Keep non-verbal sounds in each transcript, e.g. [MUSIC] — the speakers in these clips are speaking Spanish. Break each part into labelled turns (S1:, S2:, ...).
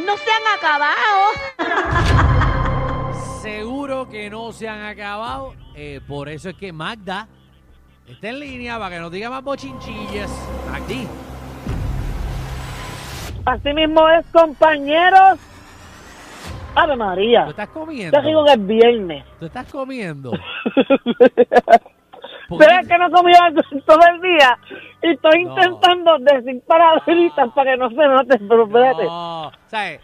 S1: no se han acabado.
S2: Seguro que no se han acabado. Eh, por eso es que Magda está en línea para que nos diga más bochinchillas aquí.
S3: Así mismo es, compañeros. Ave María.
S2: ¿Tú estás comiendo?
S3: Te digo que es viernes.
S2: ¿Tú estás
S3: [LAUGHS]
S2: comiendo? ¿Por
S3: ¿Sabes
S2: qué?
S3: que no comí algo todo el día? Y estoy
S2: No.
S3: intentando decir palabritas para que no se note, pero espérate.
S2: No, ¿sabes?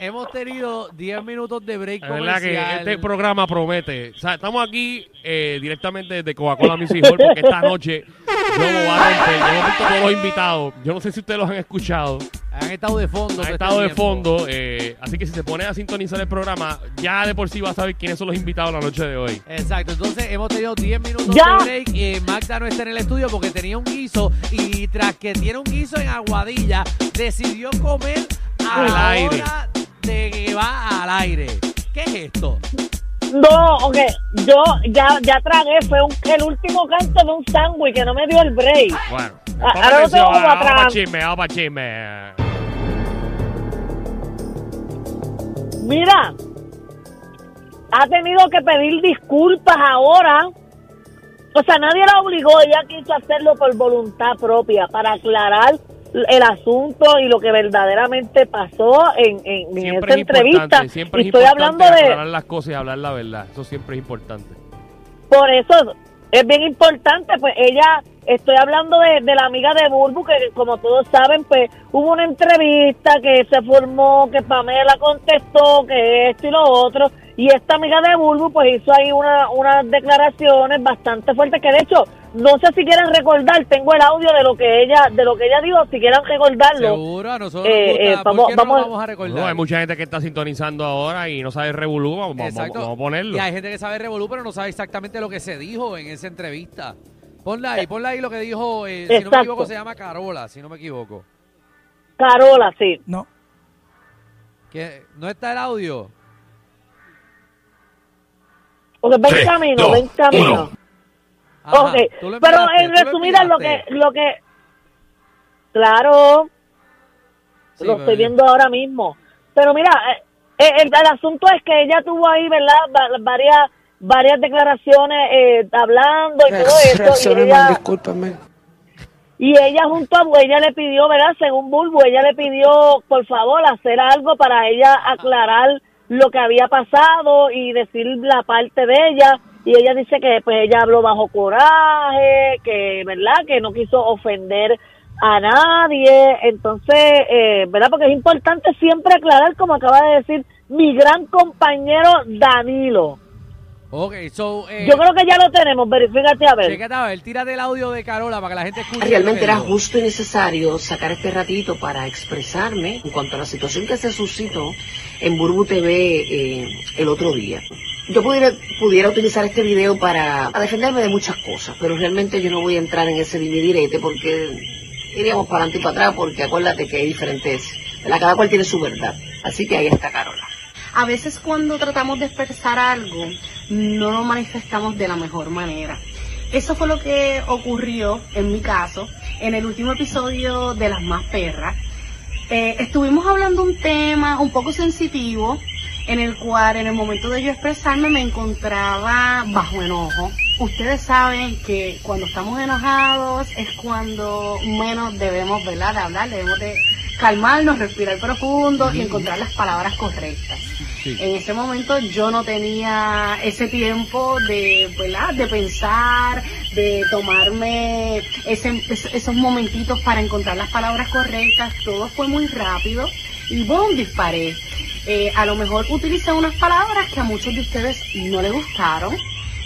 S2: Hemos tenido 10 minutos de break
S4: Es verdad que
S2: comercial.
S4: este programa promete. O sea, estamos aquí eh, directamente desde Coca-Cola Music Hall porque esta noche Lobo va a romper. Yo he visto todos los invitados. Yo no sé si ustedes los han escuchado.
S2: Han estado de fondo. todo
S4: Han
S2: este
S4: estado de
S2: tiempo.
S4: fondo. eh, así que si se pone a sintonizar el programa, ya de por sí va a saber quiénes son los invitados la noche de hoy.
S2: Exacto, entonces hemos tenido 10 minutos
S3: Ya.
S2: de break. eh, Magda no está en el estudio porque tenía un guiso y tras que tiene un guiso en Aguadilla, decidió comer a
S4: Al
S2: la
S4: aire.
S2: hora de que va al aire. ¿Qué es esto?
S3: No, ok. Yo ya, ya tragué. Fue un- el último canto de un sándwich que no me dio el break.
S4: Bueno,
S3: Ah,
S4: ponme
S3: ahora no tengo
S4: atención,
S3: como
S4: vamos para
S3: atrás.
S4: chisme, vamos para chisme.
S3: Mira, ha tenido que pedir disculpas ahora. O sea, nadie la obligó, ella quiso hacerlo por voluntad propia, para aclarar el asunto y lo que verdaderamente pasó en, en- en
S4: Siempre
S3: esa
S4: es
S3: entrevista.
S4: importante, siempre es
S3: y estoy
S4: importante
S3: hablando de,
S4: aclarar las cosas y hablar la verdad. Eso siempre es importante.
S3: por eso es bien importante, pues ella, estoy hablando de, de la amiga de Burbu, que como todos saben, pues hubo una entrevista que se formó, que Pamela contestó, que esto y lo otro, y esta amiga de Burbu pues hizo ahí una, unas declaraciones bastante fuertes, que de hecho, no sé si quieren recordar, tengo el audio de lo que ella, de lo que ella dijo, si quieren recordarlo.
S2: Seguro, a nosotros nos
S3: Eh,
S2: gusta,
S3: eh,
S2: ¿por
S3: vamos-
S2: qué no lo
S3: vamos a-
S2: vamos a recordar?
S4: No, hay mucha gente que está sintonizando ahora y no sabe el revolú. Vamos, vamos-
S2: Exacto.
S4: vamos a ponerlo.
S2: Y hay gente que sabe Revolú, pero no sabe exactamente lo que se dijo en esa entrevista. Ponla ahí, ponla ahí lo que dijo, eh, si no me
S3: Exacto.
S2: equivoco, se llama Carola, si no me equivoco.
S3: Carola, sí.
S5: No,
S2: que ¿No está el audio?
S3: Porque ven camino, ven camino.
S2: Ajá,
S3: Ok,
S2: tú lo
S3: pero
S2: enviaste,
S3: en
S2: tú lo
S3: resumidas lo que,
S2: enviaste.
S3: lo que, claro,
S2: Sí, pues,
S3: lo estoy
S2: bebé.
S3: viendo ahora mismo. Pero mira, eh, eh, el, el asunto es que ella tuvo ahí, ¿verdad? Va- varias varias declaraciones eh, hablando y todo eso. Y ella,
S6: discúlpame.
S3: y ella junto a Bu- ella le pidió, ¿verdad? Según Bulbo, ella le pidió, por favor, hacer algo para ella aclarar lo que había pasado y decir la parte de ella. Y ella dice que pues ella habló bajo coraje, que, ¿verdad? Que no quiso ofender a nadie. Entonces, eh, ¿verdad? Porque es importante siempre aclarar, como acaba de decir mi gran compañero Danilo.
S2: Ok, so... eh,
S3: Yo creo que ya lo tenemos, verifícate a ver.
S2: Chécate, a ver, tírate el audio de Carola para que la gente escuche.
S6: Realmente
S2: lo que
S6: era
S2: dijo.
S6: justo y necesario sacar este ratito para expresarme en cuanto a la situación que se suscitó en Burbu TV eh, el otro día. Yo pudiera, pudiera utilizar este video para, para defenderme de muchas cosas, pero realmente yo no voy a entrar en ese dimidirete porque iríamos para adelante y para atrás porque acuérdate que hay diferentes, ¿verdad? cada cual tiene su verdad. Así que ahí está Carola.
S7: A veces cuando tratamos de expresar algo, no lo manifestamos de la mejor manera. Eso fue lo que ocurrió en mi caso en el último episodio de Las Más Perras. Eh, estuvimos hablando un tema un poco sensitivo en el cual en el momento de yo expresarme me encontraba bajo enojo. Ustedes saben que cuando estamos enojados es cuando menos debemos ¿verdad? de hablar, debemos de calmarnos, respirar profundo y encontrar las palabras correctas. En ese momento yo no tenía ese tiempo de, ¿verdad? de pensar, de tomarme ese- es- esos momentitos para encontrar las palabras correctas. Todo fue muy rápido y boom, disparé. Eh, a lo mejor utilicé unas palabras que a muchos de ustedes no les gustaron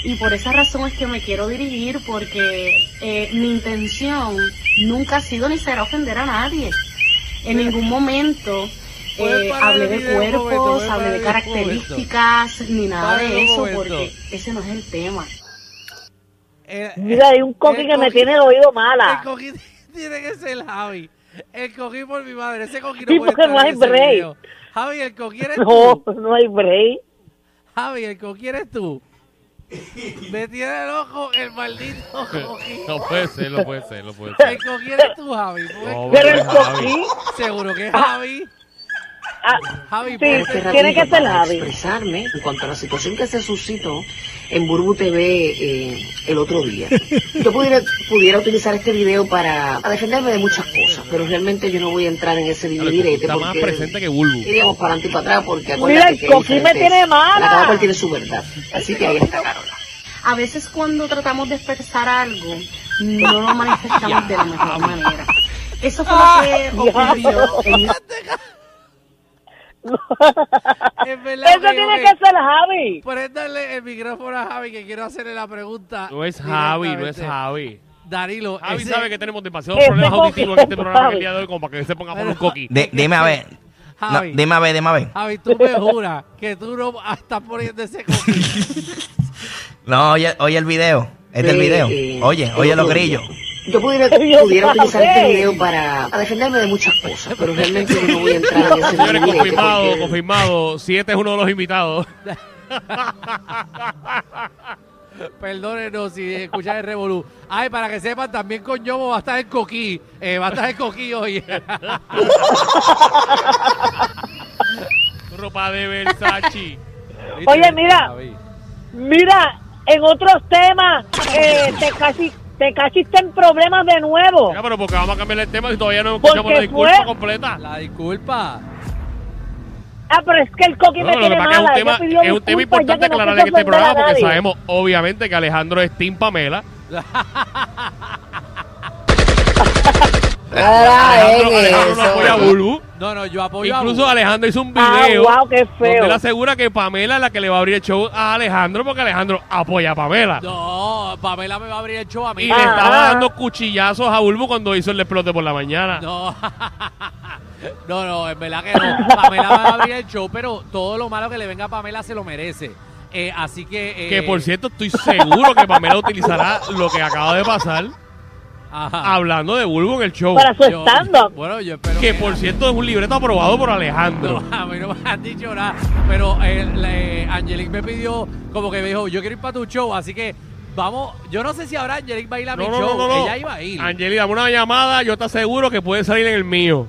S7: y por esa razón es que me quiero dirigir porque eh, mi intención nunca ha sido ni será ofender a nadie. En ningún momento
S2: Puedes
S7: eh,
S2: parar
S7: hablé
S2: el
S7: de
S2: video un momento,
S7: cuerpos,
S2: puedes
S7: hablé
S2: parar
S7: de
S2: el video un
S7: características, ni nada
S2: Páralo
S7: de
S2: un
S7: eso,
S2: momento.
S7: porque ese no es el tema.
S2: Eh,
S3: Mira, hay un coqui
S2: el
S3: que me
S2: coqui-
S3: tiene el oído mala.
S2: El coquí [LAUGHS] tiene que ser el Javi. El coquí por mi madre. Ese coquí no
S3: Sí,
S2: puede
S3: porque
S2: estar
S3: no
S2: en
S3: hay
S2: ese
S3: break.
S2: video. Javi, el coquí eres
S3: [LAUGHS] No,
S2: tú.
S3: no hay break.
S2: Javi, el coquí eres tú. Me tiene el ojo el
S4: [LAUGHS]
S2: maldito coquí.
S4: No puede ser, no puede
S3: [LAUGHS]
S4: ser, no puede
S2: El
S4: ser.
S2: coquí eres tú, Javi. Pues,
S4: No,
S3: Pero el
S4: Javi.
S3: coquí,
S2: Seguro que es Javi.
S3: Ah,
S2: Javi,
S3: Sí,
S2: ¿por
S6: este
S2: qué?
S3: tiene que
S6: ratito
S3: ser
S6: para
S3: Javi.
S6: expresarme en cuanto a la situación que se suscitó en Burbu TV eh, el otro día. Yo pudiera, pudiera utilizar este video para para defenderme de muchas cosas, pero realmente yo no voy a entrar en ese
S4: Dale, pues,
S6: dividirete
S4: está más
S6: porque
S4: presente que Bulbu.
S6: iríamos para adelante y para atrás
S3: Mira,
S6: porque
S3: el
S6: acuérdate que hay
S3: coquí me
S6: diferentes-
S3: tiene mala.
S6: La cada cual tiene su verdad. Así que ahí está Carola.
S7: A veces cuando tratamos de expresar algo, no lo manifestamos de la mejor manera. Eso fue lo que ocurrió en mi
S2: Es verdad
S3: Eso
S2: que-
S3: tiene que ser Javi.
S2: Préndale el micrófono a Javi que quiero hacerle la pregunta.
S4: No es Javi, no es
S2: directamente.
S4: Javi.
S2: Danilo,
S4: Javi
S2: ese-
S4: sabe que tenemos demasiados
S3: este, Ese
S4: problemas
S3: coqui,
S4: auditivos en este
S3: Javi.
S4: programa el día de hoy como para que se ponga por un coqui.
S5: De- dime a ver. No,
S2: Javi.
S5: dime a ver, dime a ver.
S2: Javi, tú me juras que tú no ah, estás poniendo ese
S5: [LAUGHS]
S2: coquí.
S5: No, oye, oye el video. Este es el
S6: de,
S5: video.
S6: eh,
S5: Oye,
S6: el
S5: oye
S6: otro
S5: los grillos.
S6: día.
S3: [LAUGHS]
S6: Yo pudiera,
S3: Yo
S6: pudiera utilizar este
S3: sabía.
S6: video para, para defenderme de muchas cosas, pero realmente yo no voy a entrar
S3: [LAUGHS]
S6: en ese
S4: Señores,
S6: dividirete
S4: confirmado,
S6: porque-
S4: confirmado. Siete es uno de los invitados.
S2: Perdónenos si escuchas el revolú. Ay, para que sepan, también con Yomo va a estar el coquí. Eh, va a estar el coquí
S4: [LAUGHS]
S2: hoy.
S4: Ropa de Versace.
S3: Oye, mira. Mira, en otros temas, eh, te casi te casi está en problemas de nuevo.
S4: Mira, pero porque vamos a cambiar el tema y todavía no escuchamos
S3: Porque
S4: la disculpa
S3: fue-
S4: completa.
S2: La disculpa.
S3: Ah, pero es que el coqui me
S4: Bueno, lo que
S3: tiene
S4: pasa es que es
S3: mala.
S4: un
S3: Ella pidió
S4: tema, es un tema
S3: disculpas ya
S4: importante
S3: que no
S4: aclararle en
S3: quiso
S4: este
S3: ofender a
S4: programa porque
S3: nadie.
S4: sabemos, obviamente, que Alejandro es Tim Pamela.
S3: Ah,
S4: Alejandro, Alejandro no apoya a Bulbu.
S2: No, no, yo apoyo
S4: Incluso
S2: a Bulbu.
S4: Alejandro hizo un
S3: Ah,
S4: video
S3: guau, qué feo.
S4: donde él asegura que Pamela es la que le va a abrir el show a Alejandro porque Alejandro apoya a Pamela.
S2: No, Pamela me va a abrir el show a mí.
S4: Y
S3: Ah.
S4: le estaba dando cuchillazos a Bulbu cuando hizo el explote por la mañana.
S2: No. [LAUGHS] no, no, en verdad que no. Pamela va a abrir el show, pero todo lo malo que le venga a Pamela se lo merece. Eh, así que. eh,
S4: Que por cierto, estoy seguro que Pamela utilizará lo que acaba de pasar
S2: ajá.
S4: hablando de Bulbu en el show.
S3: Para su
S2: Yo-
S3: stand-up.
S2: Bueno, yo espero.
S4: Que
S2: que-
S4: por cierto es un libreto aprobado por
S2: No,
S4: Alejandro.
S2: [LAUGHS] a mí no me han dicho nada. Pero eh, la, eh, Angelique me pidió, como que me dijo, yo quiero ir para tu show, así que vamos. Yo no sé si ahora Angelique va a ir a mi show. Ella iba a ir.
S4: Angeli, dame una llamada, yo te aseguro que puede salir en el mío.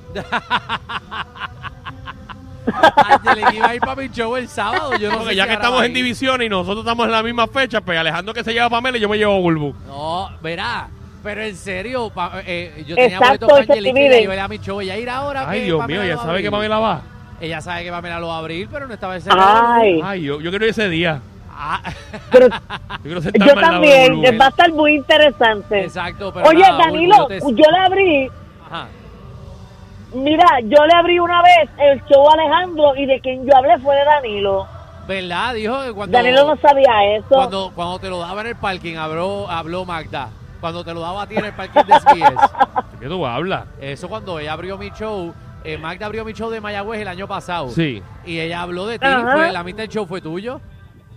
S2: Angelique iba a ir para mi show el sábado. Yo no
S4: Porque
S2: sé
S4: ya
S2: si ahora
S4: que estamos
S2: va a
S4: en
S2: ir.
S4: división y nosotros estamos en la misma fecha, pues Alejandro que se lleva a Pamela y yo me llevo a Bulbu.
S2: No, verá. Pero en serio, pa- eh, yo tenía
S3: Exacto,
S2: puesto con
S3: ese
S2: Angelique que
S3: divide.
S2: ella iba a ir a mi show. Ella irá ahora.
S4: Ay,
S2: que
S4: Dios
S2: Pamela
S4: mío, ya
S2: lo va a
S4: sabe que
S2: abrir.
S4: Pamela va.
S2: Ella sabe que Pamela lo va a abrir, pero no estaba en serio.
S3: Ay,
S4: Ay, yo, yo quiero ir ese día.
S2: Ah, [LAUGHS]
S4: [LAUGHS]
S3: pero
S4: Yo quiero sentarme
S3: yo
S4: al lado de
S3: también.
S4: Bulbu.
S3: Va a estar muy interesante.
S2: exacto. Pero
S3: Oye,
S2: nada,
S3: Danilo,
S2: Bulbu, yo te-
S3: yo le abrí
S2: Ajá.
S3: Mira, yo le abrí una vez el show a Alejandro y de quien yo hablé fue de Danilo.
S2: ¿Verdad? Dijo que cuando.
S3: Danilo no sabía eso.
S2: Cuando, cuando te lo daba en el parking, habló, habló Magda. Cuando te lo daba a ti en el parking de SBS.
S4: ¿De qué tú hablas?
S2: Eso cuando ella abrió mi show. eh, Magda abrió mi show de Mayagüez el año pasado.
S4: Sí.
S2: Y ella habló de ti.
S3: Ajá.
S2: fue- la mitad del show fue tuyo.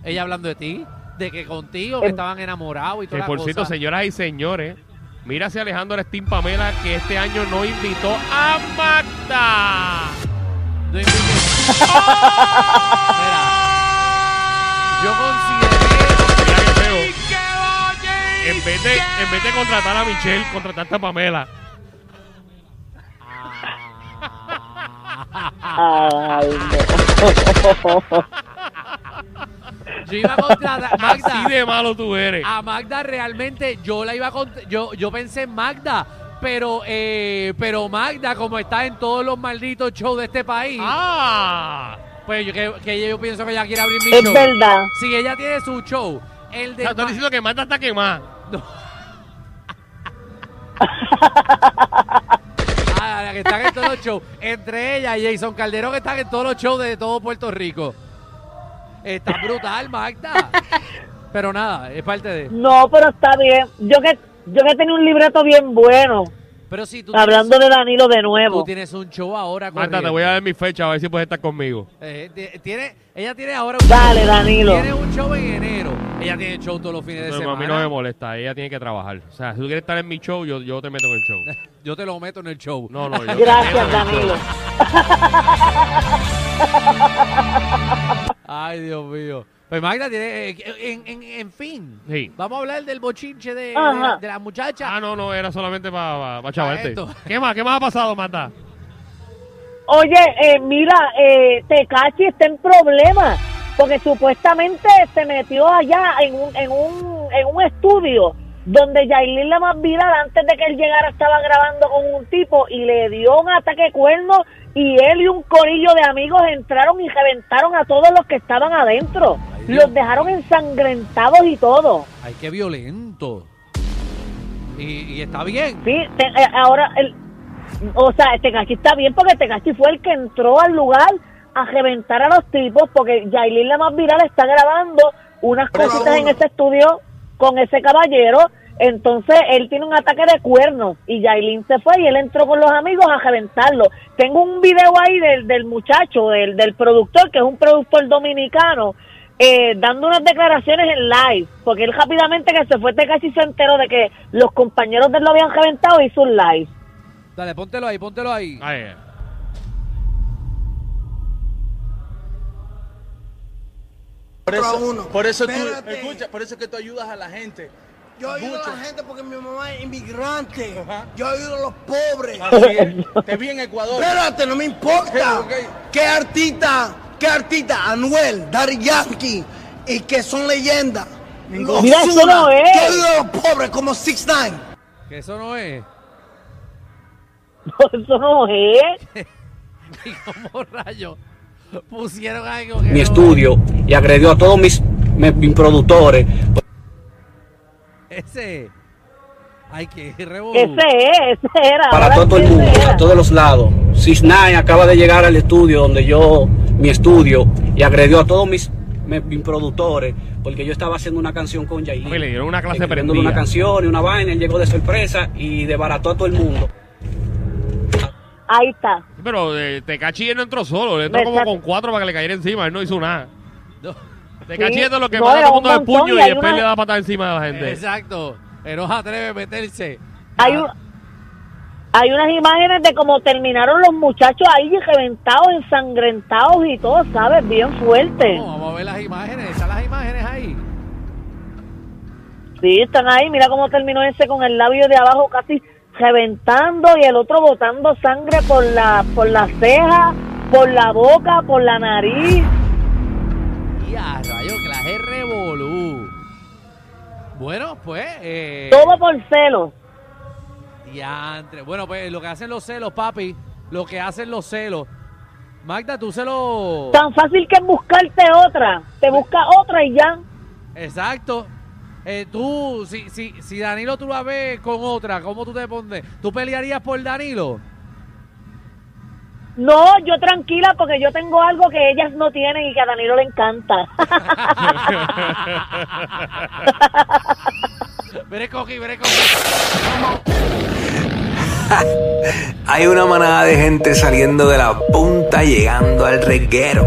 S2: Ella hablando de ti. De que contigo, que
S3: Eh,
S2: estaban enamorados y toda
S4: Que
S2: la
S4: por cierto,
S2: cosa.
S4: señoras y señores, mira si Alejandro es Team Pamela que este año no invitó a Magda.
S2: No
S4: [LAUGHS]
S2: invité. Mira, yo consideré.
S4: Mira qué feo. En vez, de, en vez de contratar a Michelle, contrataste a Pamela.
S3: Ay, no.
S2: Yo iba a contratar. Magda.
S4: Así de malo tú eres.
S2: A Magda realmente yo la iba a cont- yo yo pensé en Magda, pero eh, pero Magda como está en todos los malditos shows de este país,
S4: ¡Ah!
S2: pues yo que, que yo pienso que ella quiere abrir mi
S3: es
S2: show.
S3: verdad.
S2: Si ella tiene su show, el de
S4: O sea, estás
S2: Ma-
S4: diciendo que Magda está quemada.
S2: Ah, la que están en todos los shows, entre ella y Jason Calderón que están en todos los shows de todo Puerto Rico. Está brutal,
S3: [LAUGHS]
S2: Magda. Pero nada, es parte de.
S3: No, pero está bien. Yo que yo que tenía un libreto bien bueno,
S2: Pero si tú
S3: hablando de Danilo de
S2: tienes, tú
S3: nuevo.
S2: tienes un show ahora con
S4: Magda, te voy a dar mi fecha a ver si puedes estar conmigo.
S2: Eh, ti- tiene, ella tiene ahora un
S3: Dale, Danilo.
S2: Tiene un show en enero. Ella tiene show todos los fines de
S4: No, a
S2: semana.
S4: mí no me molesta, ella tiene que trabajar. O sea, si tú quieres estar en mi show, yo, yo te meto en el show.
S2: [LAUGHS] Yo te lo meto en el show.
S4: No, no, yo te meto en
S3: Gracias,
S4: el
S3: Danilo.
S4: show.
S2: [LAUGHS] Ay, Dios mío. Pues Magda tiene. eh, en, en- en fin.
S4: Sí.
S2: Vamos a hablar del bochinche de, de,
S3: Ajá.
S2: la- de la muchacha.
S4: Ah, no, no, era solamente para pa, pa chavarte.
S2: esto.
S4: ¿Qué más? ¿Qué más ha pasado, Magda?
S3: Oye, eh, mira, eh, Tecachi está en problemas porque supuestamente se metió allá en un, en un, en un estudio donde Yailin la más viral antes de que él llegara estaba grabando con un tipo y le dio un ataque de cuerno y él y un corillo de amigos entraron y reventaron a todos los que estaban adentro.
S2: Ay, Dios.
S3: Los dejaron ensangrentados y todo.
S2: Ay, qué violento. Y, y está bien.
S3: Sí, te- eh, ahora, el, o sea, Tecachi está bien porque Tecachi fue el que entró al lugar a reventar a los tipos porque Yailin la más viral está grabando unas
S5: Pero
S3: cositas en
S5: uno.
S3: ese estudio con ese caballero. Entonces él tiene un ataque de cuernos y Yailin se fue y él entró con los amigos a reventarlo. Tengo un video ahí del, del muchacho, del, del productor, que es un productor dominicano, eh, dando unas declaraciones en live, porque él rápidamente que se fue, este casi se enteró de que los compañeros de él lo habían reventado y hizo un live.
S2: Dale, póntelo ahí, póntelo ahí.
S4: Ay, eh, ay.
S8: Por
S9: Otro a
S8: eso,
S9: uno.
S8: por eso tú,
S9: Espérate.
S8: escucha, por eso es que tú ayudas a la gente.
S9: Yo ayudo a
S8: Mucho.
S9: la gente porque mi mamá es inmigrante.
S8: Ajá.
S9: Yo ayudo a los pobres.
S8: Así es. Te vi en Ecuador.
S9: Espérate, no me importa.
S8: Ok, ok.
S9: ¿Qué artista? ¿Qué artista? Anuel, Daddy Yankee y que son leyendas.
S8: Ninguno.
S3: Mira, eso
S9: Ozuna.
S3: no es.
S9: Yo ayudo a los pobres como Six Nine.
S2: Que eso no es. [LAUGHS]
S3: [LAUGHS] Eso no es.
S2: Y como rayo pusieron algo que
S10: mi
S2: no-
S10: estudio y agredió a todos mis, me- mis productores.
S2: Ese. Ay, qué rebo.
S3: Ese es, ese era.
S10: Uh. Para
S3: ahora
S10: todo el
S3: ese
S10: mundo,
S3: era.
S10: a todos los lados. Cisnay acaba de llegar al estudio donde yo, mi estudio, y agredió a todos mis, me- mis productores, porque yo estaba haciendo una canción con Yair.
S4: Oye, le dieron una clase
S10: Escribiéndole
S4: prendida.
S10: una canción y una vaina, él llegó de sorpresa y desbarató a todo el mundo.
S3: Ahí está.
S4: Pero eh, Tecachi él no entró solo, él entró como
S3: Exacto.
S4: con cuatro para que le cayera encima, él no hizo nada.
S2: No,
S4: Tecachi
S3: Sí,
S4: es de los que
S3: no,
S4: mata a
S3: era
S4: todo
S3: un
S4: mundo de
S3: montón
S4: puño
S3: y
S4: y
S3: hay
S4: después
S3: una-
S4: le da patada encima a la gente.
S2: Exacto. Que no se atreve a meterse. Ah,
S3: Hay, un- hay unas imágenes de cómo terminaron los muchachos ahí reventados, ensangrentados y todo, ¿sabes? Bien fuerte.
S2: No,
S10: Oh.
S2: vamos a ver las imágenes. Están las imágenes ahí.
S3: Sí, están ahí. Mira cómo terminó ese con el labio de abajo casi reventando y el otro botando sangre por la por las cejas, por la boca, por la nariz.
S2: Y a rayo, clase revolú. Bueno, pues. Eh,
S3: Todo por celos.
S2: diantre. Bueno, pues lo que hacen los celos, papi. Lo que hacen los celos. Magda, tú se lo.
S10: Oh.
S3: Tan fácil que es buscarte otra. Te busca otra y ya.
S2: Exacto. Eh, tú, si, si, si Danilo tú la ves con otra, ¿cómo tú te pones? ¿Tú pelearías por
S3: [LAUGHS]
S2: Danilo? [LAUGHS]
S3: No, yo tranquila porque yo tengo algo que ellas no tienen y que a Danilo le encanta.
S2: Veré coqui, veré coqui.
S11: Hay una manada de gente saliendo de la punta llegando al reguero.